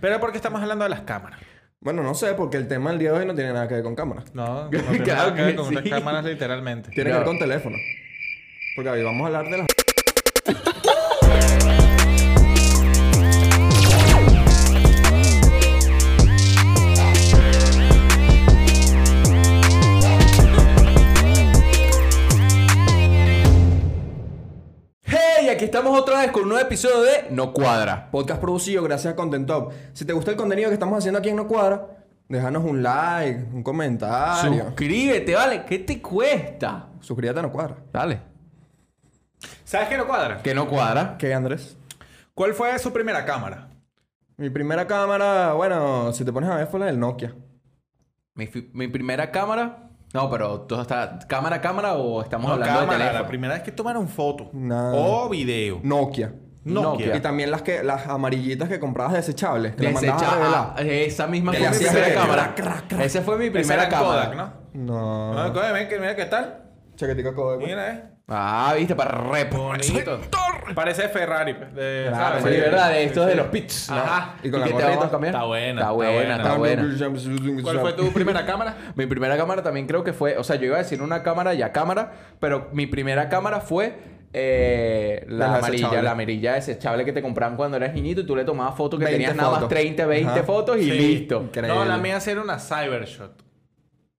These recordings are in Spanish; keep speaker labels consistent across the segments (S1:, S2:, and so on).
S1: Pero ¿por qué estamos hablando de las cámaras?
S2: Bueno, no sé, porque el tema del día de hoy no tiene nada que ver con cámaras.
S1: No,
S2: Claro
S1: no claro
S2: que
S1: con
S2: sí.
S1: las cámaras literalmente.
S2: Tiene
S3: Claro.
S2: que ver con teléfono. Porque ahí vamos a hablar de las...
S3: ¡Hey! Aquí estamos otra vez con un nuevo episodio de No Cuadra.
S2: Podcast producido gracias a Content Top. Si te gusta el contenido que estamos haciendo aquí en No Cuadra, déjanos un like, un comentario.
S3: Suscríbete, ¿vale? ¿Qué te cuesta?
S2: Suscríbete a No Cuadra.
S3: Dale.
S1: ¿Sabes qué no cuadra?
S3: Que no cuadra.
S2: ¿Qué, Andrés?
S1: ¿Cuál fue su primera cámara?
S2: Mi primera cámara, bueno, si te pones a ver fue la del Nokia.
S3: Mi, fi- mi primera cámara. No, pero ¿tú está cámara, cámara o estamos
S1: No,
S3: hablando de
S1: cámara,
S3: teléfono?
S1: la primera vez que tomaron foto
S2: Nada.
S1: o video.
S2: Nokia.
S3: Nokia.
S1: Nokia.
S2: Y también las que las amarillitas que comprabas desechables. Que las mandabas a
S3: Desecha
S2: revelar.
S3: ah, esa misma
S2: Que
S3: fue mi
S2: hacías
S3: primera
S2: ver.
S3: cámara.
S2: Crac, crac,
S3: Esa fue mi
S1: Esa
S3: primera
S1: era
S3: cámara.
S1: Kodak, ¿no?
S2: No.
S1: No, Kodak, mira, que- mira qué tal.
S2: Chaquetica Kodak.
S1: Mira, eh.
S3: Ah, viste, para reponito.
S1: Parece Ferrari. pues, de-
S2: Claro,
S3: Sí,
S1: ¿sabes?
S3: verdad, de
S1: Sí,
S3: estos de
S1: sí.
S3: los pits.
S2: ¿no?
S3: Ajá.
S2: Y con la
S3: que te
S2: gorrita.
S3: vamos a cambiar.
S1: Está buena,
S3: Está
S1: está
S3: buena,
S1: buena.
S3: está buena.
S1: ¿Cuál fue tu primera cámara?
S3: Mi primera cámara también creo que fue, o sea, yo iba a decir una cámara ya cámara, pero mi primera cámara fue eh, la,
S2: De la
S3: amarilla,
S2: desechable.
S3: la amarilla desechable que te compraban cuando eras niñito y tú le tomabas fotos que
S2: 20
S3: tenías nada más
S2: fotos.
S3: 30, 20
S2: Ajá.
S3: fotos y
S1: Sí.
S3: listo.
S2: Increíble.
S1: No, la mía sí era una Cybershot.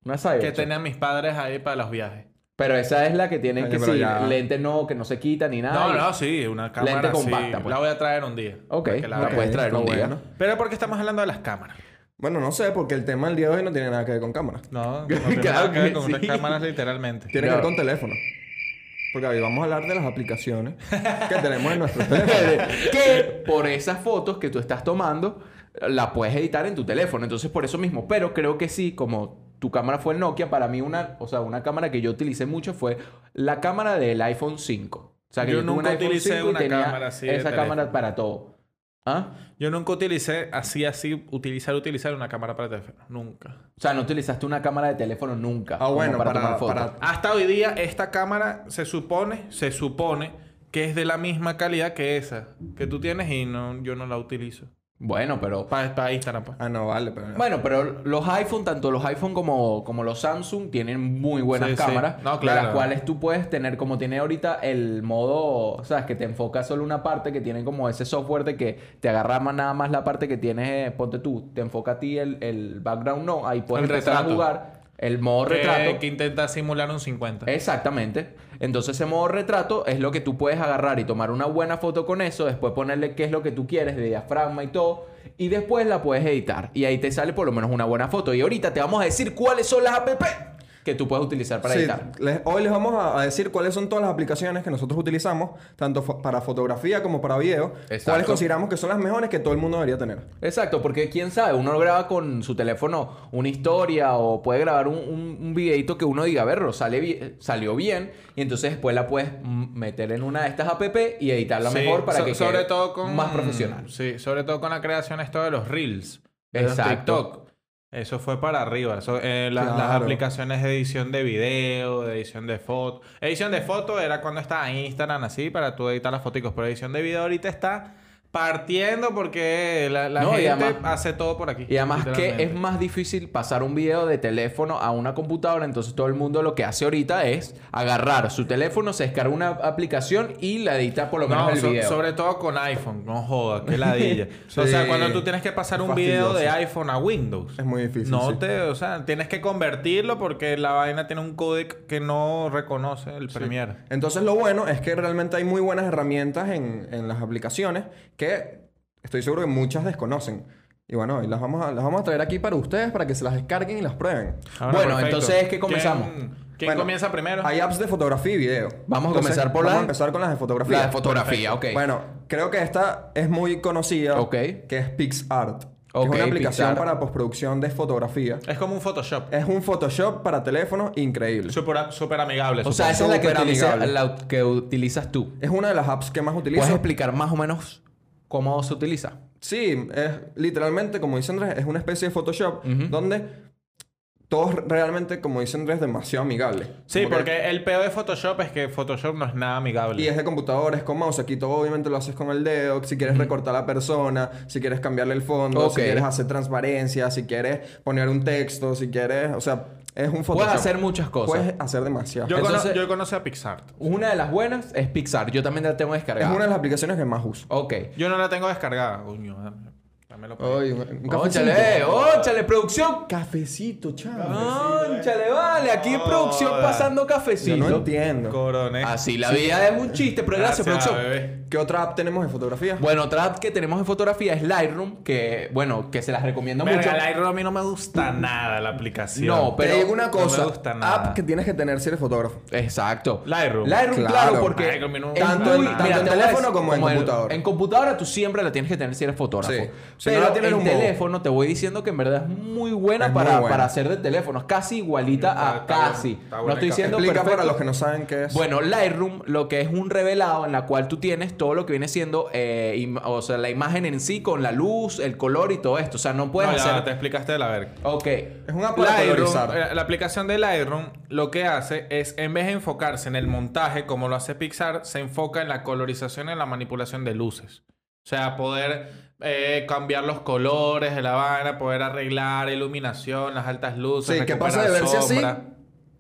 S3: Una sabes.
S1: Que tenían mis padres ahí para los viajes.
S3: Pero esa es la que tienen
S2: Oye,
S3: que
S2: pero
S3: sí,
S2: ya.
S3: lente no, que no se quita ni nada.
S1: No, no, sí, una cámara
S3: Lente
S1: sí.
S3: compacta, pues.
S1: La voy a traer un día.
S3: Ok,
S1: para que la
S3: la
S1: veas.
S3: puedes traer
S2: está
S3: un día.
S2: bueno.
S1: Pero ¿por qué estamos hablando de las cámaras?
S2: Bueno, no sé, porque el tema del día de hoy no tiene nada que ver con cámaras.
S1: No,
S3: Claro
S1: claro que
S3: que
S1: con
S3: sí.
S1: las cámaras literalmente.
S2: Tiene
S3: Claro.
S2: que ver con teléfono. Porque ahí vamos a hablar de las aplicaciones que tenemos en nuestros teléfonos.
S3: que por esas fotos que tú estás tomando, la puedes editar en tu teléfono. Entonces, por eso mismo. Pero creo que sí, como tu cámara fue el Nokia, para mí una, o sea, una cámara que yo utilicé mucho fue la cámara del iPhone 5. O sea, que
S1: Yo
S3: yo, tuve un
S1: nunca
S3: iPhone
S1: utilicé
S3: 5 y
S1: una
S3: tenía
S1: cámara así de
S3: esa cámara para todo. ¿Ah?
S1: Yo nunca utilicé así, así, utilizar, utilizar una cámara para teléfono. Nunca.
S3: O sea, no utilizaste una cámara de teléfono nunca.
S2: Ah,
S3: como
S2: bueno, para-
S3: tomar fotos.
S2: para-
S1: Hasta hoy día, esta cámara se supone, se supone que es de la misma calidad que esa que tú tienes y no, yo no la utilizo.
S3: Bueno, pero...
S1: Para Instagram, pues.
S2: Ah, no, vale, pero.
S3: Bueno, pero los iPhone, tanto los iPhone como, como los Samsung, tienen muy buenas
S1: Sí, sí.
S3: cámaras.
S1: No,
S3: De las
S1: claro.
S3: cuales tú puedes tener, como tiene ahorita el modo, ¿sabes? Que te enfoca solo una parte, que tienen como ese software de que te agarra más- nada más la parte que tienes, eh, ponte tú, te enfoca a ti el, el background, no. Ahí puedes
S1: El
S3: empezar a
S1: retrato.
S3: jugar el modo
S1: Que,
S3: retrato.
S1: Eh, que intenta simular un 50.
S3: Exactamente. Entonces ese modo retrato es lo que tú puedes agarrar y tomar una buena foto con eso, después ponerle qué es lo que tú quieres de diafragma y todo, y después la puedes editar. Y ahí te sale por lo menos una buena foto. Y ahorita te vamos a decir cuáles son las app que tú puedes utilizar para
S2: Sí,
S3: editar.
S2: les- hoy les vamos a, a decir cuáles son todas las aplicaciones que nosotros utilizamos, tanto fo- para fotografía como para video,
S3: Exacto.
S2: cuáles consideramos que son las mejores que todo el mundo debería tener.
S3: Exacto, porque quién sabe, uno graba con su teléfono una historia o puede grabar un, un, un videito que uno diga, verlo, sale bi- salió bien, y entonces después la puedes mm, meter en una de estas app y editarla
S1: Sí,
S3: mejor para
S1: so-
S3: que quede
S1: sobre todo con,
S3: más profesional.
S1: Sí, sobre todo con la creación esto de los reels. De Los
S3: Exacto.
S1: TikTok. Eso fue para arriba. Eso, eh, la- Las
S2: Claro.
S1: aplicaciones de edición de video, de edición de foto. Edición de foto era cuando estaba en Instagram así para tú editar las fotos. Pero edición de video ahorita está partiendo porque la, la
S3: No, y
S1: gente
S3: además-
S1: hace todo por aquí.
S3: Y además que es
S1: literalmente.
S3: más difícil pasar un video de teléfono a una computadora, entonces todo el mundo lo que hace ahorita es agarrar su teléfono, se descarga una aplicación y la edita por lo menos
S1: No,
S3: el
S1: so-
S3: video.
S1: sobre todo con iPhone, no joda, qué ladilla. O
S2: Sí.
S1: sea, cuando tú tienes que pasar un video de
S2: Fastidioso.
S1: iPhone a Windows.
S2: Es muy difícil,
S1: No
S2: sí.
S1: te, o sea, tienes que convertirlo porque la vaina tiene un codec que no reconoce el Premiere.
S2: Entonces lo bueno es que realmente hay muy buenas herramientas en, en las aplicaciones que estoy seguro que muchas desconocen. Y bueno, hoy las vamos, a, las vamos a traer aquí para ustedes, para que se las descarguen y las prueben.
S1: Ahora,
S3: Bueno,
S1: perfecto.
S3: entonces, ¿qué comenzamos?
S1: ¿Quién, quién
S2: Bueno,
S1: comienza primero?
S2: Hay apps de fotografía y video.
S3: Vamos a comenzar por
S2: vamos
S3: la-
S2: a empezar con las de fotografía.
S3: la de fotografía, ok.
S2: Bueno, creo que esta es muy conocida.
S3: Ok.
S2: Que es PixArt. que
S3: Ok,
S2: es una aplicación
S3: PixArt.
S2: para postproducción de fotografía.
S1: Es como un Photoshop.
S2: Es un Photoshop para teléfonos increíble.
S1: Súper super amigable.
S3: o
S1: supongo.
S3: sea, esa es la que,
S2: súper
S3: utiliza-
S2: amigable.
S3: la que utilizas tú.
S2: Es una de las apps que más utilizo.
S3: ¿Puedes explicar más o menos cómo se utiliza?
S2: Sí, es literalmente, como dice Andrés, es una especie de Photoshop donde todos realmente, como dice Andrés, demasiado amigables.
S1: Sí,
S2: Como que-
S1: porque el peor de Photoshop es que Photoshop no es nada amigable.
S2: Y es de computadores, con mouse. Aquí todo obviamente lo haces con el dedo. Si quieres recortar a la persona, si quieres cambiarle el fondo,
S3: Ok.
S2: si quieres hacer transparencia, si quieres poner un texto, si quieres... O sea, es un Photoshop.
S3: Puedes hacer muchas cosas.
S2: Puedes hacer demasiado.
S1: Yo,
S2: es,
S1: cono-
S3: Entonces-
S1: yo conocí a Pixart.
S3: Una de las buenas es Pixar. Yo también la tengo
S2: es
S3: descargada.
S2: una de las aplicaciones que más uso.
S3: Ok.
S1: Yo no la tengo descargada. Coño, dame- dámelo por ahí.
S2: Ay, un- un cafecito.
S3: ¡Óchale! eh, ¡Óchale, producción!
S2: Cafecito, chaval.
S3: Ah, ¡Óchale, vale! Aquí en
S1: Joda.
S3: producción pasando
S2: Yo
S3: cafecito.
S2: no entiendo.
S1: Coronel.
S3: Así la vida es un chiste, Ah, pero gracias, producción.
S1: bebé.
S2: ¿Qué otra app tenemos de fotografía?
S3: Bueno, otra app que tenemos en fotografía es Lightroom, que, bueno, que se las recomiendo
S1: Verga,
S3: mucho.
S1: Lightroom a mí no me gusta nada la aplicación.
S3: No, pero-
S2: Te digo una
S1: no
S2: cosa.
S1: me gusta nada.
S2: App que tienes que tener si eres fotógrafo.
S3: Exacto.
S1: Lightroom.
S3: Lightroom, claro,
S2: Claro.
S3: porque
S1: Ay, conmigo no-
S3: es
S2: Tanto
S1: en-
S3: muy-
S1: tanto
S3: mira,
S2: en
S3: te voy a
S2: teléfono
S3: decir,
S2: como en computadora.
S3: En computadora tú siempre la tienes que tener si eres fotógrafo.
S2: Sí. Si no
S3: Pero
S2: la tienes,
S3: en
S2: un bobo.
S3: teléfono te voy diciendo que en verdad es muy buena,
S2: Es
S3: para,
S2: muy buena.
S3: para hacer de teléfonos. Casi igualita a
S1: Está- está
S3: casi.
S1: buena, está
S3: no
S1: buena
S3: estoy
S1: y casi.
S3: diciendo
S2: Explica
S3: perfecto.
S2: para los que no saben qué es.
S3: Bueno, Lightroom lo que es un revelado en la cual tú tienes todo lo que viene siendo eh, im- o sea, la imagen en sí con la luz, el color y todo esto. O sea, no puedes
S1: No, ya,
S3: hacer...
S1: te explicaste de la verga.
S3: Ok.
S2: es una app para
S1: Lightroom,
S2: colorizar.
S1: eh, la aplicación de Lightroom lo que hace es, en vez de enfocarse en el montaje como lo hace Pixar, se enfoca en la colorización y en la manipulación de luces. O sea, poder eh, cambiar los colores de la vaina, poder arreglar iluminación, las altas luces.
S2: Sí, que
S1: recuperar
S2: pasa de verse así
S1: sombra.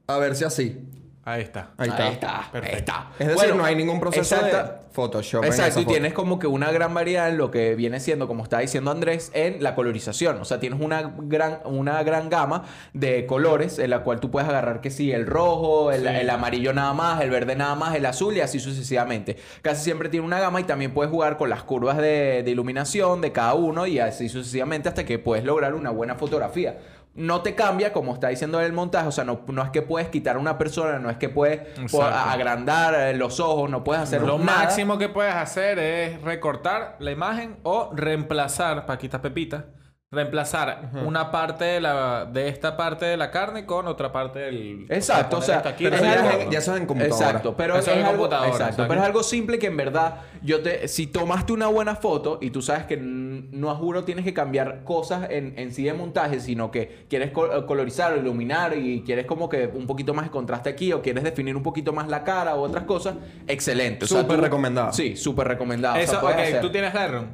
S2: a verse así.
S1: Ahí está.
S2: Ahí está.
S3: Ahí está.
S1: Perfecto.
S3: Ahí está.
S2: Es decir,
S3: Bueno,
S2: no hay ningún proceso
S3: exacta-
S2: de Photoshop. en esa
S3: Exacto, y
S2: foto.
S3: tienes como que una gran variedad en lo que viene siendo, como está diciendo Andrés, en la colorización. O sea, tienes una gran, una gran gama de colores en la cual tú puedes agarrar que sí, el rojo, el,
S1: Sí.
S3: el amarillo nada más, el verde nada más, el azul y así sucesivamente. Casi siempre tiene una gama y también puedes jugar con las curvas de, de iluminación de cada uno y así sucesivamente hasta que puedes lograr una buena fotografía. No te cambia, como está diciendo el montaje, o sea, no, no es que puedes quitar a una persona, no es que puedes
S1: Exacto.
S3: a- agrandar eh, los ojos, no puedes hacer
S1: Lo
S3: nada.
S1: máximo que puedes hacer es recortar la imagen o reemplazar, Paquita Pepita, reemplazar una parte de, la, de esta parte de la carne con otra parte del...
S3: Exacto, o sea,
S1: poner esto aquí,
S2: Pero
S1: esto
S2: eso ya,
S1: allá.
S2: es en- ya eso es en computadora.
S3: Exacto, pero es,
S1: Eso es en
S3: algo,
S1: computadora,
S3: exacto,
S1: exacto.
S3: pero es algo simple que en verdad yo te si tomaste una buena foto y tú sabes que n- no a juro tienes que cambiar cosas en, en sí de montaje, sino que quieres col- eh, colorizar, iluminar y quieres como que un poquito más de contraste aquí o quieres definir un poquito más la cara o otras cosas, excelente. O sea,
S2: Súper
S3: tú-
S2: recomendado.
S3: Sí, súper recomendado.
S1: Eso,
S3: o sea, puedes
S1: ok,
S3: hacer-
S1: tú tienes Lightroom.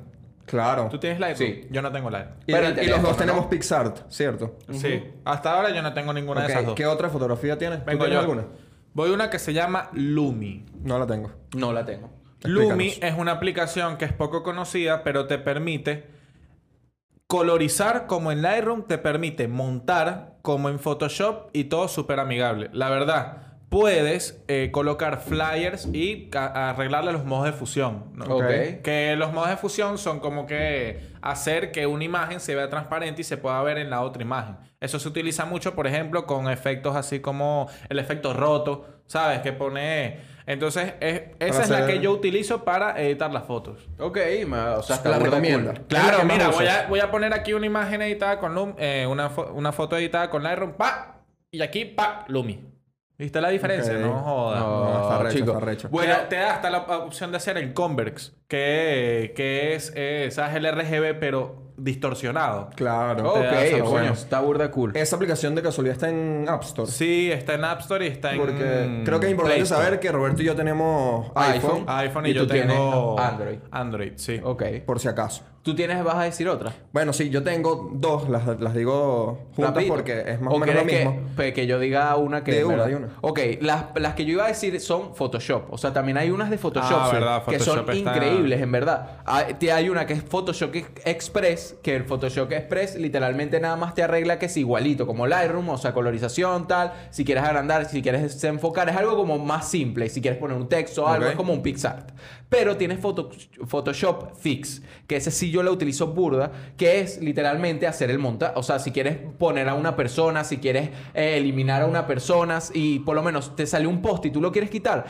S2: Claro.
S1: ¿Tú tienes Lightroom?
S3: Sí.
S1: Yo no tengo Lightroom.
S2: Y,
S3: Pero
S2: y los
S3: el teléfono,
S2: dos
S3: ¿no?
S2: tenemos PixArt, ¿cierto?
S1: Sí. Hasta ahora yo no tengo ninguna
S2: Ok,
S1: de esas dos.
S2: ¿Qué otra fotografía tienes? ¿Tú
S1: Vengo
S2: tienes
S1: yo.
S2: alguna?
S1: Voy a una que se llama Lumi.
S2: No la tengo.
S3: No la tengo.
S2: Explícanos.
S1: Lumi es una aplicación que es poco conocida, pero te permite colorizar como en Lightroom, te permite montar como en Photoshop y todo súper amigable. La verdad, puedes eh, colocar flyers y ca- arreglarle los modos de fusión. ¿no?
S3: Ok.
S1: Que los modos de fusión son como que hacer que una imagen se vea transparente y se pueda ver en la otra imagen. Eso se utiliza mucho, por ejemplo, con efectos así como el efecto roto, ¿sabes? Que pone... Entonces, es- esa es la
S2: hacer-
S1: que yo utilizo para editar las fotos.
S3: Ok, me- o sea, está
S2: La
S3: burda cool.
S2: recomiendo. Es la
S1: Claro,
S2: que más
S1: mira,
S2: usas.
S1: voy a, voy a poner aquí una imagen editada con Lumi, eh, una, fo- una foto editada con Lightroom, pa, y aquí, pa, Lumi. ¿Viste la diferencia?
S2: Ok.
S1: No jodas.
S3: No,
S2: No, está recho,
S3: chico.
S2: está recho.
S1: Bueno,
S3: Bueno,
S1: te, da hasta la opción de hacer el Convex, que, que es, eh, ¿sabes? El RGB, pero distorsionado.
S2: Claro.
S1: Te da esa
S3: ok,
S1: opción.
S3: coño, está burda cool.
S2: Esa aplicación de casualidad está en App Store.
S1: Sí, está en App Store y está en.
S2: Porque creo que
S1: Play
S2: es importante
S1: Store.
S2: saber que Roberto y yo tenemos iPhone,
S3: iPhone.
S1: iPhone Ah, y,
S3: Y
S1: yo
S3: tú tienes
S1: tengo.
S3: Android.
S1: Android, sí.
S3: Ok.
S2: por si acaso.
S3: ¿Tú tienes, vas a decir otra?
S2: Bueno, sí, yo tengo dos, las, las digo juntas
S3: Rapidito.
S2: porque es más
S3: ¿O
S2: o menos lo
S3: quieres
S2: mismo.
S3: Que, pe- que yo diga una que.
S2: De
S3: en
S2: una,
S3: verdad-
S2: de una.
S3: Ok, las, las que yo iba a decir son Photoshop. O sea, también hay unas de Photoshop,
S1: Ah, verdad,
S3: que son
S1: Photoshop está-
S3: increíbles, en verdad. Hay, te- hay una que es Photoshop Ex- Express, que el Photoshop Express literalmente nada más te arregla que es igualito, como Lightroom, o sea, colorización, tal. Si quieres agrandar, si quieres desenfocar, es algo como más simple. Si quieres poner un texto o algo,
S2: Ok.
S3: es como un PixArt. Pero tienes Photo- Photoshop Fix, que ese sí yo la utilizo burda, que es literalmente hacer el montaje. O sea, si quieres poner a una persona, si quieres eh, eliminar a una persona y por lo menos te sale un post y tú lo quieres quitar,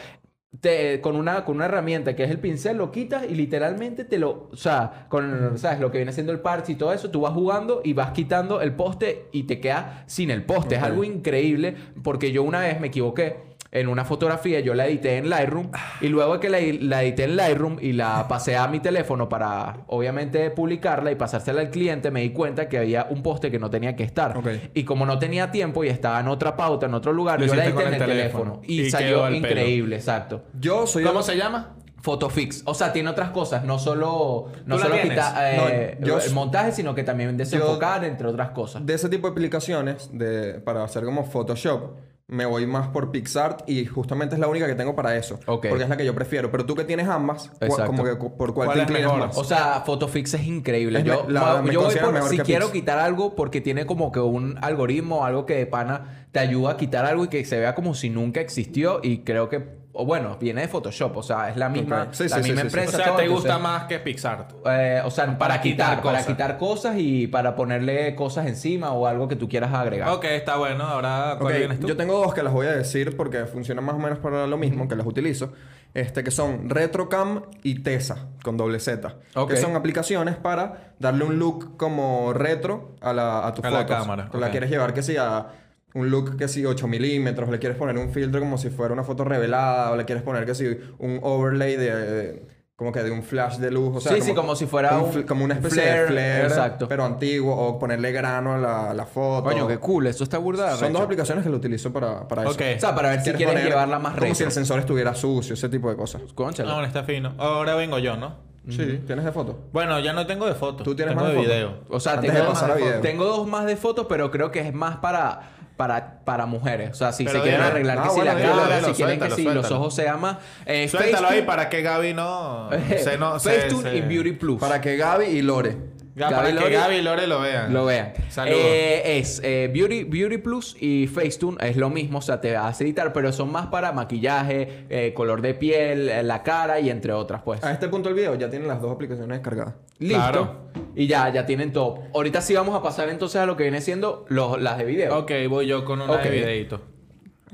S3: te- con, una, con una herramienta que es el pincel, lo quitas y literalmente te lo. O sea, con ¿sabes? lo que viene siendo el parche y todo eso, tú vas jugando y vas quitando el poste y te quedas sin el poste. Es algo increíble porque yo una vez me equivoqué. en una fotografía, yo la edité en Lightroom y luego que la, la edité en Lightroom y la pasé a mi teléfono para obviamente publicarla y pasársela al cliente, me di cuenta que había un poste que no tenía que estar.
S2: Ok.
S3: Y como no tenía tiempo y estaba en otra pauta, en otro lugar,
S1: Lo
S3: yo la
S1: hiciste
S3: edité en
S1: con
S3: el
S1: el
S3: teléfono,
S1: teléfono.
S3: y,
S1: Y quedó
S3: salió
S1: al pelo.
S3: increíble, exacto.
S2: Yo soy de
S1: ¿Cómo
S2: los-
S1: se llama?
S3: Photofix, o sea, tiene otras cosas, no solo, no
S1: la
S3: solo
S1: tienes?
S3: quita- eh,
S2: No, yo-
S3: el montaje, sino que también desenfocar, entre otras cosas.
S2: de ese tipo de aplicaciones de, para hacer como Photoshop. Me voy más por PixArt y justamente es la única que tengo para eso.
S3: Ok.
S2: Porque es la que yo prefiero. Pero tú que tienes ambas, cua-
S3: Exacto.
S2: como que cu- por cuál,
S1: ¿Cuál
S2: te
S1: es
S2: inclinas
S1: mejor?
S2: más.
S3: O sea, Photofix es increíble.
S2: Es
S3: yo
S2: me- la-
S3: yo
S2: me
S3: voy
S2: considero
S3: por
S2: mejor
S3: si
S2: que
S3: quiero
S2: Pix.
S3: quitar algo porque tiene como que un algoritmo, algo que de pana te ayuda a quitar algo y que se vea como si nunca existió y creo que o bueno, viene de Photoshop, o sea, es la misma,
S2: Ok. Sí,
S3: la
S2: sí, sí,
S3: misma
S2: sí, sí.
S1: O
S3: empresa.
S1: sea,
S3: todo,
S1: te gusta
S3: entonces,
S1: más que PixArt.
S3: eh, o sea, para, quitar,
S1: quitar
S3: para
S1: cosas.
S3: quitar cosas y para ponerle cosas encima o algo que tú quieras agregar.
S1: Ok, está bueno. Ahora, ¿cuál
S2: Ok,
S1: vienes tú?
S2: yo tengo dos que las voy a decir porque funcionan más o menos para lo mismo, que las utilizo. Este, que son RetroCam y TESA, con doble Z.
S3: Ok.
S2: Que son aplicaciones para darle un look como retro a, la, a tus
S1: A la
S2: fotos.
S1: cámara,
S2: Tú la
S1: ok.
S2: quieres llevar que sea un look que si 8 milímetros, le quieres poner un filtro como si fuera una foto revelada, o le quieres poner que si un overlay de... de- como que de un flash de luz, o sea,
S3: Sí, sí, como si fuera
S2: como,
S3: un
S2: fl- como una especie
S3: flare,
S2: de flare,
S3: exacto.
S2: pero antiguo, o ponerle grano a la, la foto.
S3: Coño, qué cool, eso está burda.
S2: Son
S3: arrecho.
S2: dos aplicaciones que lo utilizo para, para eso.
S1: Ok.
S3: O sea, para ver si quieres
S2: poner
S3: llevarla más
S2: Como si
S3: retro.
S2: el sensor estuviera sucio, ese tipo de cosas.
S3: Cónchale.
S1: No, Ah, bueno, está fino. Ahora vengo yo, ¿no?
S2: Sí. ¿Tienes de foto?
S1: Bueno, ya no tengo de fotos.
S2: Tú tienes
S1: tengo
S2: más
S1: de
S2: de foto.
S1: video.
S3: O sea,
S2: Antes
S3: tengo,
S2: de pasar
S3: más
S2: a
S3: de
S2: video.
S3: fotos. Tengo dos más de fotos, pero creo que es más para, para, para mujeres. O sea, si
S1: Pero
S3: se quieren
S1: dilo.
S3: arreglar, que
S2: Ah,
S3: si
S2: bueno,
S3: la
S2: dilo,
S3: cara,
S1: dilo,
S3: si quieren que
S1: suéltalo,
S3: si los
S1: suéltalo.
S3: ojos sean más. Eh,
S1: Suéltalo ahí
S3: Facetune-
S1: para que Gaby no... se no se-
S3: Facetune
S1: se-
S3: y Beauty Plus.
S2: Para que Gaby y Lore.
S1: Ya,
S3: Gaby
S1: para que
S3: Lore-
S1: Gaby y Lore lo vean.
S3: Lo vean.
S1: Saludos.
S3: Eh, es eh, Beauty, Beauty Plus y Facetune es lo mismo, o sea, te hace editar, pero son más para maquillaje, eh, color de piel, eh, la cara y entre otras, pues.
S2: A este punto del video ya tienen las dos aplicaciones descargadas.
S3: Listo.
S1: Claro.
S3: Y ya, ya tienen todo. Ahorita sí vamos a pasar entonces a lo que viene siendo los, las de video.
S1: Ok, voy yo con una
S3: Ok.
S1: de videito.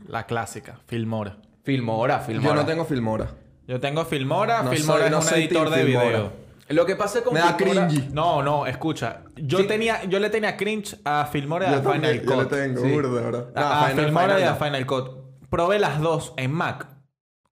S1: La clásica, Filmora.
S3: Filmora, filmora.
S2: Yo no tengo Filmora.
S1: Yo tengo Filmora.
S2: No
S1: Filmora
S2: soy-
S1: es
S2: no
S1: un
S2: soy
S1: editor
S2: team
S1: de
S2: Filmora.
S1: video.
S3: Lo que pasa con
S2: Me da
S3: Filmora-
S2: cringy.
S1: No, no, escucha. Yo tenía, yo le tenía cringe a Filmora y a Ah, Final
S2: yo le
S1: Cut.
S2: tengo,
S3: sí.
S2: burda, ¿verdad?
S1: A, a
S2: Final-
S1: Filmora
S2: Final
S1: y a
S2: no.
S1: Final Cut. Probé las dos en Mac.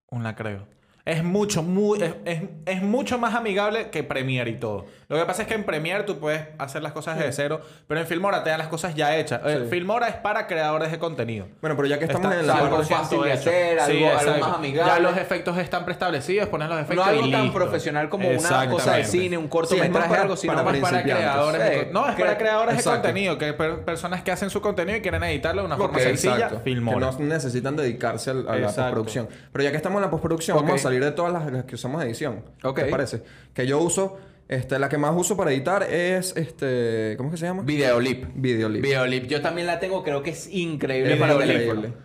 S1: Una creo. Es mucho, muy, es, es- es mucho más amigable que Premiere y todo. Lo que pasa es que en Premiere tú puedes hacer las cosas de cero, pero en Filmora te dan las cosas ya hechas. Eh,
S2: Sí.
S1: Filmora es para creadores de contenido.
S2: Bueno, pero ya que estamos
S1: Está-
S2: en
S3: sí,
S2: la...
S3: algo
S1: por ciento
S3: fácil de
S1: hecho.
S3: hacer, algo- algo
S1: exacto.
S3: más amigable.
S1: Ya los efectos están preestablecidos, pones los
S3: No
S1: efectos
S3: algo
S1: y
S3: tan
S1: listo.
S3: profesional como una cosa de
S1: Exactamente.
S3: cine,
S2: Sí, es
S3: un
S2: más
S3: cortometraje,
S2: para-
S3: algo, sino
S2: para
S3: más para
S1: Para
S2: principiantes.
S3: creadores.
S1: creadores.
S3: de
S1: de
S3: co-
S1: co- no, es para
S3: cre-
S1: creadores
S2: Exacto.
S1: de contenido, que per- personas que hacen su contenido y quieren editarlo de una forma
S2: Ok,
S1: sencilla,
S2: exacto.
S1: Filmora.
S2: Que no necesitan dedicarse al- a la
S1: Exacto.
S2: postproducción. Pero ya que estamos en la postproducción,
S3: Ok.
S2: vamos a salir de todas las, las que usamos de edición.
S3: Ok.
S2: ¿Te parece? Que yo uso, este, la que más uso para editar es este. ¿Cómo es que se llama?
S3: Videolip.
S2: Videolip.
S3: Videolip. Yo también la tengo, creo que es increíble
S2: Es
S3: para
S2: increíble.
S3: teléfono. Videolip.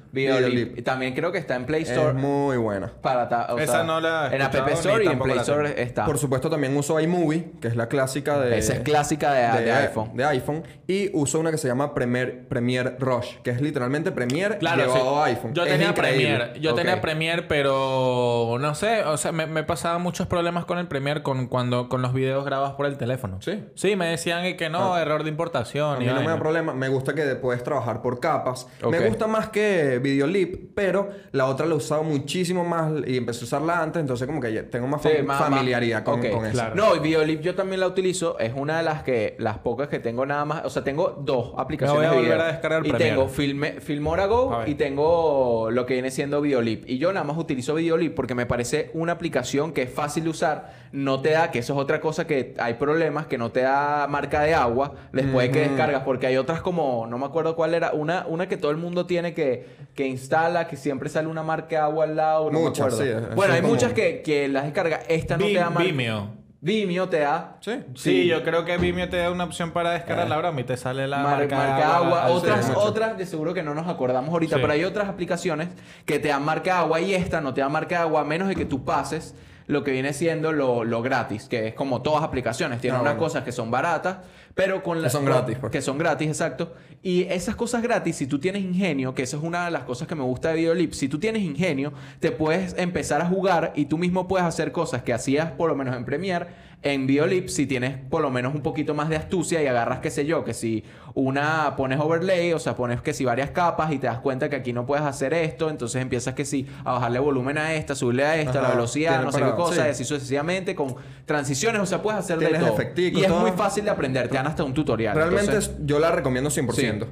S2: Videolip.
S3: Y también creo que está en Play
S2: es
S3: Store.
S2: muy buena.
S3: Para ta- o
S1: Esa
S3: sea,
S1: no la he
S3: En App
S1: escuchado
S3: Store
S1: ni
S3: y en
S1: tampoco
S3: Play
S1: la tengo.
S3: Store está.
S2: Por supuesto, también uso iMovie, que es la clásica de.
S3: Esa es clásica de, de iPhone.
S2: de iPhone. Y uso una que se llama Premiere, Premiere Rush, que es literalmente Premiere
S1: Claro,
S2: llevado a
S1: sí.
S2: iPhone.
S1: Yo
S2: Es
S1: tenía
S2: increíble.
S1: Premiere, yo
S3: Ok.
S1: tenía Premiere, pero no sé, o sea, me, me pasaban muchos problemas con el Premiere con cuando con los videos grabados por el teléfono.
S2: Sí. Ah.
S1: Sí, me decían que- que no, error de importación
S2: A
S1: y
S2: mí no me
S1: vaina.
S2: da problema. Me gusta que puedes trabajar por capas.
S3: Ok.
S2: Me gusta más que Videolip, pero la otra la he usado muchísimo más y empecé a usarla antes, entonces como que ya tengo más,
S3: Sí,
S2: fam-
S3: más-
S2: familiaridad
S3: más-
S2: con,
S3: ok,
S2: con eso.
S1: claro.
S3: No, y Videolip yo también la utilizo. Es una de las que las pocas que tengo nada más. O sea, tengo dos aplicaciones
S1: Me voy a
S3: de video.
S1: volver a descargar
S3: Y
S1: Premiere.
S3: tengo Filme- Filmora
S1: A
S3: Go
S1: ver.
S3: y tengo lo que viene siendo Videolip. Y yo nada más utilizo Videolip porque me parece una aplicación que es fácil de usar. No te da, que eso es otra cosa que hay problemas, que no te da marca de agua después de que descargas. Porque hay otras como, no me acuerdo cuál era, una, una que todo el mundo tiene que, que instala, que siempre sale una marca de agua al lado. No
S2: Muchas,
S3: me acuerdo.
S2: sí, es-
S3: bueno,
S2: es
S3: hay
S2: común.
S3: muchas que, que las descargas. Esta no
S1: Vi-
S3: te da marca.
S1: Vimeo.
S3: Vimeo te da
S2: Sí. Ah.
S1: Sí, yo creo que Vimeo te da una opción para descargar la broma y te sale la
S3: mar- marca,
S1: marca,
S3: agua.
S1: al-
S3: Otras,
S1: Sí.
S2: mucho.
S3: otras de seguro que no nos acordamos ahorita,
S1: Sí.
S3: pero hay otras aplicaciones que te dan marca agua y esta no te da marca agua a menos de que tú pases lo que viene siendo lo, lo gratis, que es como todas aplicaciones. Tienen
S2: Ah,
S3: unas
S2: bueno.
S3: cosas que son baratas, pero con las...
S2: son gratis, pues.
S3: Que son gratis, exacto. Y esas cosas gratis, si tú tienes ingenio, que esa es una de las cosas que me gusta de Videolip, si tú tienes ingenio, te puedes empezar a jugar y tú mismo puedes hacer cosas que hacías por lo menos en Premiere, en Videolip, si tienes por lo menos un poquito más de astucia y agarras, qué sé yo, que si una pones overlay, o sea, pones que si varias capas y te das cuenta que aquí no puedes hacer esto, entonces empiezas que sí, a bajarle volumen a esta, subirle a esta,
S2: Ajá,
S3: la velocidad,
S2: tiene
S3: no sé
S2: para-
S3: qué cosa,
S2: sí.
S3: y así sucesivamente, con transiciones, o sea, puedes hacer de
S2: Tienes
S3: todo.
S2: efecticos,
S3: y es
S2: todo.
S3: muy fácil de aprender, te dan hasta un tutorial.
S2: Realmente
S3: entonces-
S2: es- yo la recomiendo 100%.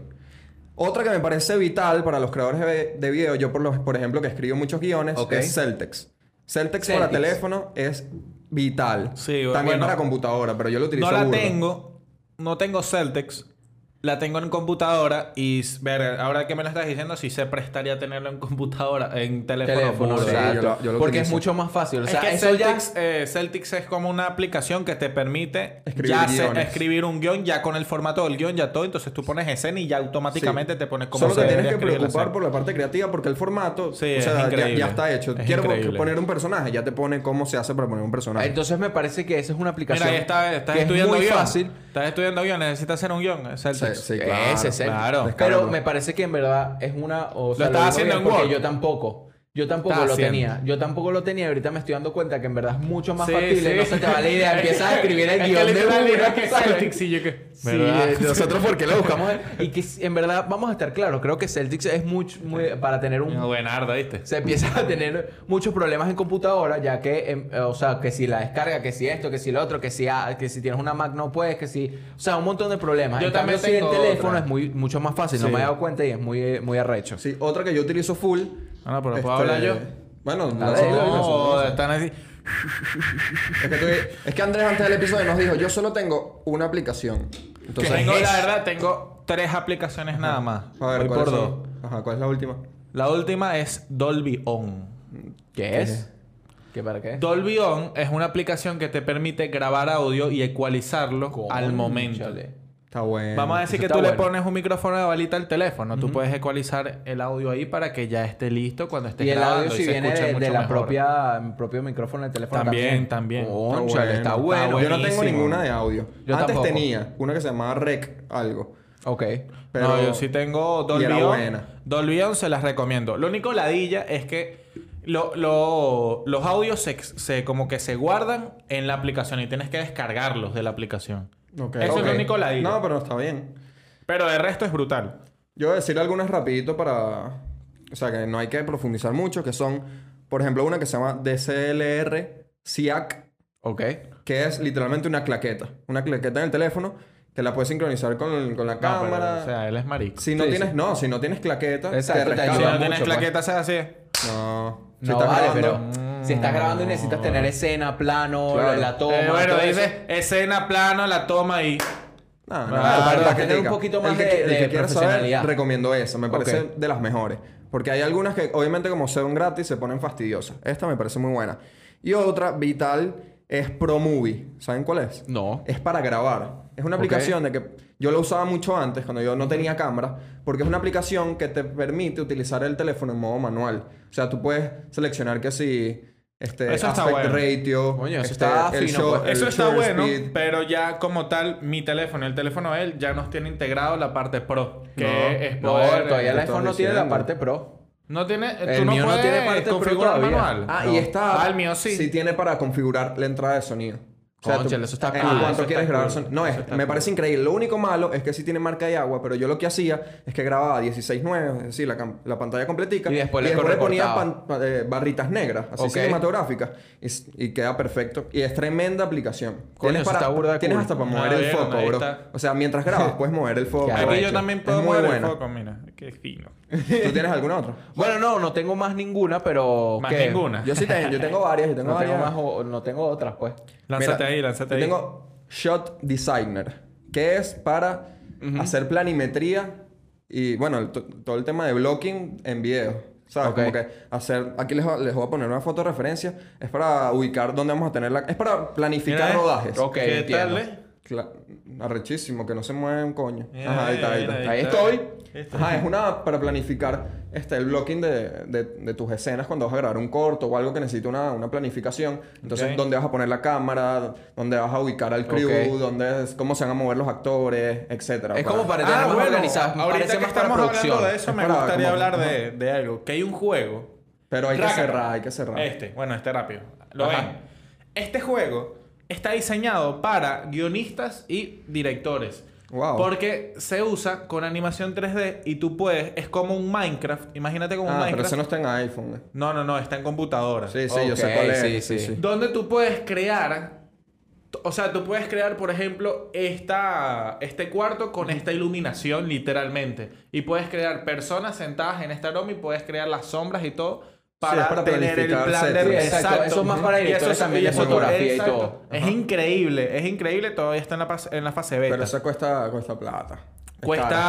S2: Otra que me parece vital para los creadores de, de video, yo por, los, por ejemplo que escribo muchos guiones,
S3: Ok.
S2: es Celtex. Celtex. para
S3: Celtex.
S2: teléfono es vital.
S1: Sí,
S2: También
S1: bueno.
S2: para computadora, pero yo lo utilizo
S1: No la
S2: burda.
S1: tengo. No tengo Celtex. La tengo en computadora y s- verga, ahora que me lo estás diciendo, si se prestaría a tenerlo en computadora, en teléfono.
S3: teléfono,
S1: burda.
S2: sí,
S3: exacto.
S2: yo lo- yo lo
S3: porque es
S2: utilizo.
S3: mucho más fácil. O sea,
S1: es que
S3: eso ya-
S1: Celtics, eh, Celtics es como una aplicación que te permite
S2: Escribir
S1: ya se-
S2: guiones.
S1: escribir un guión ya con el formato del guión, ya todo. Entonces tú pones escena y ya automáticamente
S2: Sí.
S1: te pones como
S2: Solo
S1: se
S2: te tienes
S1: debería
S2: que
S1: escribir la
S2: preocupar
S1: escena.
S2: por la parte creativa porque el formato
S1: Sí,
S2: o
S1: es
S2: sea, ya,
S1: increíble.
S2: ya está hecho.
S1: Es
S2: Quiero
S1: increíble.
S2: poner un personaje, ya te pone cómo se hace para poner un personaje.
S3: Entonces me parece que esa es una aplicación
S1: Mira, ahí está, estás
S3: que
S1: estudiando
S3: es muy
S1: guión.
S3: fácil.
S1: Estás estudiando guión, necesitas hacer un guión. es Celtics.
S2: Sí, claro,
S3: Ese es el-
S1: claro.
S2: Descárgalo.
S3: Pero me parece que en verdad es una... O sea,
S1: Lo estás
S3: digo
S1: haciendo
S3: bien
S1: en
S3: porque
S1: Word.
S3: Yo tampoco. Yo tampoco
S1: Estás
S3: lo
S1: haciendo.
S3: tenía. Yo tampoco lo tenía. Ahorita me estoy dando cuenta que en verdad es mucho más
S1: Sí,
S3: factible.
S1: sí.
S3: No se te va la idea. Empiezas a escribir el
S1: Es que
S3: guión de
S1: literal
S3: una,
S1: era que
S3: ¿sabes?
S1: Celtics y yo que...
S3: Sí,
S1: ¿verdad?
S3: eh, nosotros porque lo buscamos. Y que en verdad, vamos a estar claros, creo que Celtics es mucho, muy, para tener un
S1: Una Buenarda, ¿viste?
S3: se empieza a tener muchos problemas en computadora, ya que, em, eh, o sea, que si la descarga, que si esto, que si lo otro, que si, ah, que si tienes una Mac no puedes, que si... O sea, un montón de problemas.
S1: Yo
S3: En cambio,
S1: también
S3: si
S1: tengo
S3: el teléfono
S1: otra.
S3: es muy, mucho más fácil, no
S1: Sí.
S3: me he dado cuenta y es muy, eh, muy arrecho.
S2: Sí, otra que yo utilizo full.
S1: Ah, no, pero ¿puedo hablar yo?
S2: Bueno, Eh, no,
S3: ver,
S2: no, no, no, no.
S1: No, están así.
S2: Es que, tú- es que Andrés antes del episodio nos dijo, yo solo tengo una aplicación. Entonces,
S1: tengo, la verdad, tengo tres aplicaciones nada más.
S2: a ver,
S1: Voy
S2: ¿cuáles
S1: por dos.
S2: son? Ajá, ¿cuál es la última?
S1: La última es Dolby On.
S3: ¿Qué es? ¿Qué para qué?
S1: Dolby On es una aplicación que te permite grabar audio y ecualizarlo al momento.
S3: Cónchale.
S2: Está bueno.
S1: Vamos a decir
S3: Eso
S1: que
S3: está
S1: tú le
S3: bueno.
S1: pones un micrófono de balita al teléfono. Tú puedes ecualizar el audio ahí para que ya esté listo cuando estés
S3: Y el
S1: grabando
S3: audio si
S1: se
S3: viene
S1: escuche
S3: de, de
S1: mucho
S3: la
S1: mejor.
S3: propia propio micrófono del teléfono
S1: También,
S3: también.
S1: también.
S3: Cónchale, está bueno.
S1: bueno.
S2: Yo no tengo
S1: buenísimo.
S2: ninguna de audio.
S3: Yo
S2: Antes
S3: tampoco.
S2: tenía una que se llamaba Rec algo.
S3: Ok.
S2: Pero
S1: No, yo sí tengo
S2: Y era
S1: Dolby On.
S2: buena.
S1: Dolby On se las recomiendo. Lo único ladilla es que lo- lo- los audios se, se- como que se guardan en la aplicación y tienes que descargarlos de la aplicación.
S2: Ok.
S1: Eso es
S2: Ok.
S1: lo único ladilla.
S2: No, pero está bien.
S1: Pero de resto es brutal.
S2: Yo voy a decir algunas rapidito para... O sea, que no hay que profundizar mucho, que son... Por ejemplo, una que se llama DCLR SIAC
S3: Ok.
S2: que es literalmente una claqueta. Una claqueta en el teléfono que la puedes sincronizar con, con la
S1: No, pero,
S2: cámara.
S1: o sea, él es marico.
S2: si no
S3: sí,
S2: tienes,
S3: sí.
S2: no, si no tienes claqueta,
S3: Exacto, te
S2: te
S1: si no
S2: rescala.
S3: ayuda.
S1: tienes
S3: mucho, pues.
S1: claqueta, se hace así.
S2: No, si
S3: No,
S2: estás
S3: vale,
S2: grabando-
S3: pero si estás grabando y necesitas tener escena, plano,
S2: Claro.
S3: la toma.
S1: Eh, bueno,
S3: todo eso.
S1: dice escena plana, la toma y...
S2: No, no,
S1: Claro,
S2: no,
S1: para
S2: la
S3: tener un
S2: crítica.
S3: poquito más
S2: el que,
S3: de-
S2: el
S3: de
S2: que quiera
S3: profesionalidad.
S2: saber, recomiendo esa. Me parece
S3: Ok.
S2: de las mejores. Porque hay algunas que, obviamente, como son gratis, se ponen fastidiosas. Esta me parece muy buena. Y otra vital es ProMovie. ¿Saben cuál es?
S3: No.
S2: Es para grabar. Es una
S3: Ok.
S2: aplicación de que yo la usaba mucho antes, cuando yo no tenía cámara, porque es una aplicación que te permite utilizar el teléfono en modo manual. O sea, tú puedes seleccionar que si este
S1: Eso está
S2: aspect
S1: bueno.
S2: ratio,
S3: Coño, eso
S2: este,
S3: está
S2: el
S3: fino,
S2: show-
S3: pues.
S2: el
S1: Eso está
S2: shutter
S1: bueno,
S2: speed.
S1: pero ya como tal, mi teléfono, el teléfono de él, ya nos tiene integrado la parte pro. Que
S2: No,
S1: es
S3: No,
S1: poder... eh,
S3: todavía el
S2: te
S3: iPhone
S2: estoy
S3: no tiene la
S2: diciendo.
S3: parte pro.
S1: No tiene...
S3: El
S1: tú no
S3: mío no
S1: puedes
S3: tiene parte pro
S1: configurar
S3: todavía.
S1: manual.
S2: Ah,
S1: No.
S2: y esta.
S1: Ah, el mío sí.
S2: Sí, tiene para configurar la entrada de sonido. tú-
S3: Cónchale, eso está
S2: en
S3: cool.
S2: cuanto
S1: Eso
S2: quieres
S1: está
S2: grabar
S1: cool.
S2: sonido. No, es,
S1: Eso está
S2: me
S1: cool.
S2: parece increíble. Lo único malo es que sí tiene marca de agua, pero yo lo que hacía es que grababa 16.9, es decir, la, cam- la pantalla completica.
S3: Y después le
S2: le ponía
S3: recortaba.
S2: pan- pa- eh, barritas negras, así
S3: Ok.
S2: cinematográficas, y, s- y queda perfecto. Y es tremenda aplicación.
S3: Coño,
S2: tienes
S3: eso está burda de
S2: tienes
S3: cool.
S2: hasta para
S1: Ah,
S2: mover el
S1: vieron,
S2: foco,
S1: ahí
S2: bro.
S1: está.
S2: O sea, mientras grabas, puedes mover el foco.
S3: Qué
S1: Aquí
S3: arrecho.
S1: yo también
S2: Es
S1: puedo
S2: muy
S1: mover el
S2: buena.
S1: foco, mira. Qué fino.
S2: ¿Tú tienes alguna otra?
S3: Bueno, no, no tengo más ninguna, pero.
S1: Más ninguna.
S2: Yo sí tengo, yo tengo varias, yo tengo
S3: No tengo,
S2: varias.
S3: más, o- no tengo otras, pues.
S1: Lánzate
S2: Mira,
S1: ahí, lánzate
S2: yo
S1: ahí.
S2: Tengo Shot Designer, que es para hacer planimetría y, bueno, el to- todo el tema de blocking en video. ¿Sabes?
S3: Ok.
S2: Como que hacer. Aquí les, va- les voy a poner una foto de referencia. Es para ubicar dónde vamos a tener la. Es para planificar
S1: Mira, eh.
S2: rodajes.
S3: Ok,
S1: ¿Qué
S3: entiendo.
S1: tal, eh?
S2: Cla- Arrechísimo, que no se mueve un coño.
S1: Mira,
S2: Ajá, ahí está, ahí
S1: mira,
S2: está.
S1: ahí
S2: Ahí
S1: está.
S2: estoy.
S1: Ahí está.
S2: Ajá, es una para planificar este, el blocking de, de- de tus escenas cuando vas a grabar un corto o algo que necesita una, una planificación. Entonces,
S1: Ok.
S2: dónde vas a poner la cámara, dónde vas a ubicar al crew,
S3: Ok.
S2: dónde es- cómo se van a mover los actores, etcétera.
S3: Es
S2: Para-
S3: como para tener más organizado.
S1: Ah, ahorita
S3: parece
S1: que
S3: más para
S1: estamos hablando
S3: producción.
S1: de eso,
S2: Es
S1: me
S2: para-
S1: gustaría
S2: como-
S1: hablar de, de algo. Que hay un juego.
S2: Pero hay que
S1: Rácata.
S2: cerrar, hay que cerrar.
S1: Este, bueno, este rápido. Lo
S3: Ajá.
S1: ven. Este juego está diseñado para guionistas y directores.
S2: Wow.
S1: Porque se usa con animación 3D y tú puedes. Es como un Minecraft. Imagínate como un
S2: Ah, pero
S1: Minecraft.
S2: ese no está en iPhone. eh.
S1: no... no, no, está en computadora.
S2: Sí, sí, yo sé
S3: Ok,
S2: cuál es.
S3: sí, sí.
S1: Donde tú puedes crear. O sea, tú puedes crear, por ejemplo, esta, este cuarto con esta iluminación, literalmente. Y puedes crear personas sentadas en esta aroma y puedes crear las sombras y todo para,
S2: es para
S1: tener el
S2: planificar
S1: plan de
S2: settings. Sí,
S3: exacto. Eso es más para
S1: Y
S3: directores
S1: eso-
S3: también
S1: y
S3: de
S1: eso-
S3: fotografía y
S1: exacto.
S3: todo.
S1: Es
S3: Ajá.
S1: increíble, es increíble. Todavía está en la, pas- en la fase beta.
S2: Pero eso cuesta, cuesta plata. Es
S1: Cuesta
S2: caro, es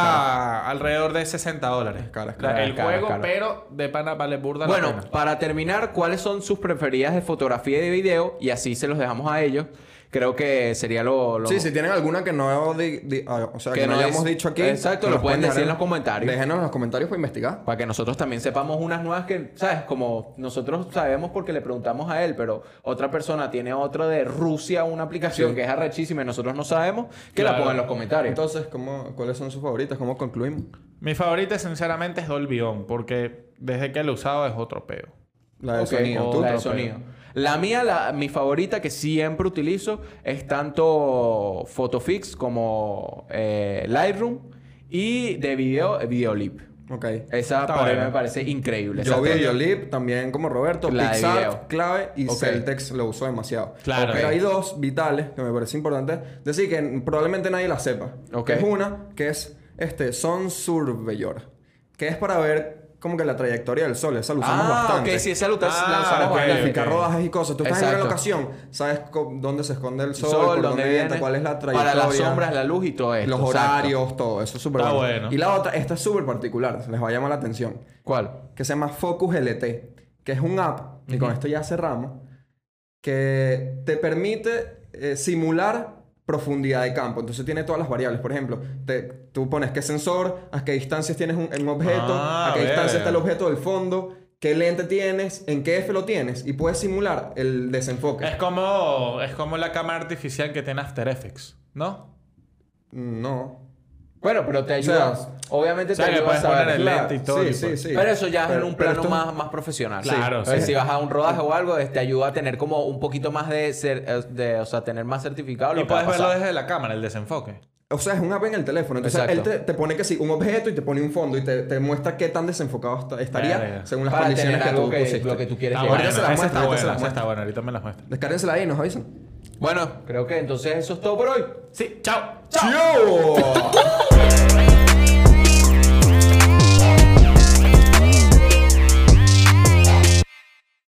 S2: caro.
S1: alrededor de 60 dólares.
S2: Es caro, es
S1: La-
S2: caro,
S1: el
S3: es caro,
S1: juego,
S3: es caro.
S1: pero de pana vale burda la
S3: Bueno,
S1: pena.
S3: para terminar, ¿cuáles son sus preferidas de fotografía y de video? Y así se los dejamos a ellos. Creo que sería lo... lo-
S2: Sí, si tienen alguna que no, di- di- ah, o sea,
S3: Que
S2: que no
S3: no
S2: hayamos
S3: es-
S2: dicho aquí.
S3: Exacto,
S2: nos
S3: lo pueden
S2: dejar
S3: decir en los comentarios.
S2: Déjenos en los comentarios para investigar.
S3: Para que nosotros también sepamos unas nuevas que, ¿sabes? Como nosotros sabemos porque le preguntamos a él, pero otra persona tiene otra de Rusia, una aplicación
S2: Sí.
S3: que es arrechísima y nosotros no sabemos, que la
S1: Claro.
S3: pongan en los comentarios.
S2: Entonces, ¿cómo, ¿cuáles son sus favoritas? ¿Cómo concluimos?
S1: Mi favorita, sinceramente, es Dolby On, porque desde que lo he usado es otro peo.
S2: La de
S3: Ok,
S2: sonido.
S3: o
S2: ¿Tú?
S3: la de
S2: Otro,
S3: sonido. La mía, la, mi favorita que siempre utilizo es tanto Photofix como eh, Lightroom y de video, eh, Videolip.
S2: pero- Ok.
S3: Esa
S1: Está
S3: para mí
S1: bueno.
S3: me parece increíble.
S2: Yo
S3: Esa-
S2: Videolip, también como Roberto,
S3: La de
S2: Pixar,
S3: video.
S2: Clave y
S3: Ok.
S2: Celtex lo uso demasiado.
S1: Claro.
S2: Pero
S1: Ok.
S2: hay dos vitales que me parece importante decir que n- probablemente nadie las sepa.
S3: Ok.
S2: Que es una que es este Sun Surveyor, que es para ver como que la trayectoria del sol, esa lo usamos
S3: Ah,
S2: bastante.
S3: ok, sí, esa la utas-
S1: Ah,
S3: la usamos
S2: Para
S1: ok,
S3: bastante.
S2: planificar
S1: ok.
S2: rodajes y cosas. Tú estás en
S3: Exacto.
S2: una locación, sabes co- dónde se esconde el sol,
S3: Sol,
S2: por dónde
S3: dónde
S2: viene,
S3: viene,
S2: cuál es la trayectoria.
S3: Para las sombras, la luz y todo esto.
S2: los
S3: exacto.
S2: horarios, todo. Eso es súper
S1: Está bueno.
S2: Y la otra, esta es súper particular, les va a llamar la atención
S3: ¿Cuál?
S2: que se llama Focus LT, que es un app, y con esto ya cerramos, que te permite eh, simular profundidad de campo. Entonces tiene todas las variables. Por ejemplo, te- tú pones qué sensor, a qué distancias tienes un, un objeto,
S1: Ah,
S2: a qué distancia
S1: verga.
S2: está el objeto del fondo, qué lente tienes, en qué F lo tienes, y puedes simular el desenfoque.
S1: Es como, es como la cámara artificial que tiene After Effects, ¿no?
S2: No.
S3: Bueno, pero te
S2: sea,
S3: ayuda. Obviamente
S1: o sea,
S3: te
S1: le
S3: ayuda a
S1: puedes
S3: saber.
S1: poner el
S2: Claro,
S1: lente y todo,
S2: Sí,
S1: y
S2: sí,
S1: pues-
S2: sí.
S3: Pero eso ya es
S2: Pero-
S3: en un
S2: pero
S3: plano
S2: esto-
S3: más, más profesional.
S1: Claro,
S3: Sí.
S1: sí.
S3: Si vas a un rodaje o algo, te ayuda a tener como un poquito más de, ser, eh, de o sea, tener más certificado. Ah, lo
S1: Y
S3: que va
S1: puedes
S3: a
S1: verlo
S3: pasar.
S1: desde la cámara, el desenfoque.
S2: O sea, es un app en el teléfono. Entonces, él
S3: Exacto.
S2: te, te pone que sí, un objeto y te pone un fondo y te, te muestra qué tan desenfocado está- estaría
S1: Verga.
S2: según las
S3: Para
S2: condiciones
S3: tener
S2: que
S3: algo
S2: tú
S3: que-
S2: pusiste.
S3: lo que tú quieres
S1: Está
S3: llegar.
S1: Ah, bueno,
S2: Ahorita se las
S1: esa
S2: muestro,
S1: está
S2: ahorita se
S1: buena,
S2: las
S1: esa está
S2: muestro.
S1: buena, ahorita me las muestro.
S2: Descárguensela ahí y nos avisan.
S3: Bueno, creo que entonces eso es todo por hoy.
S1: Sí, chao.
S2: ¡Chao!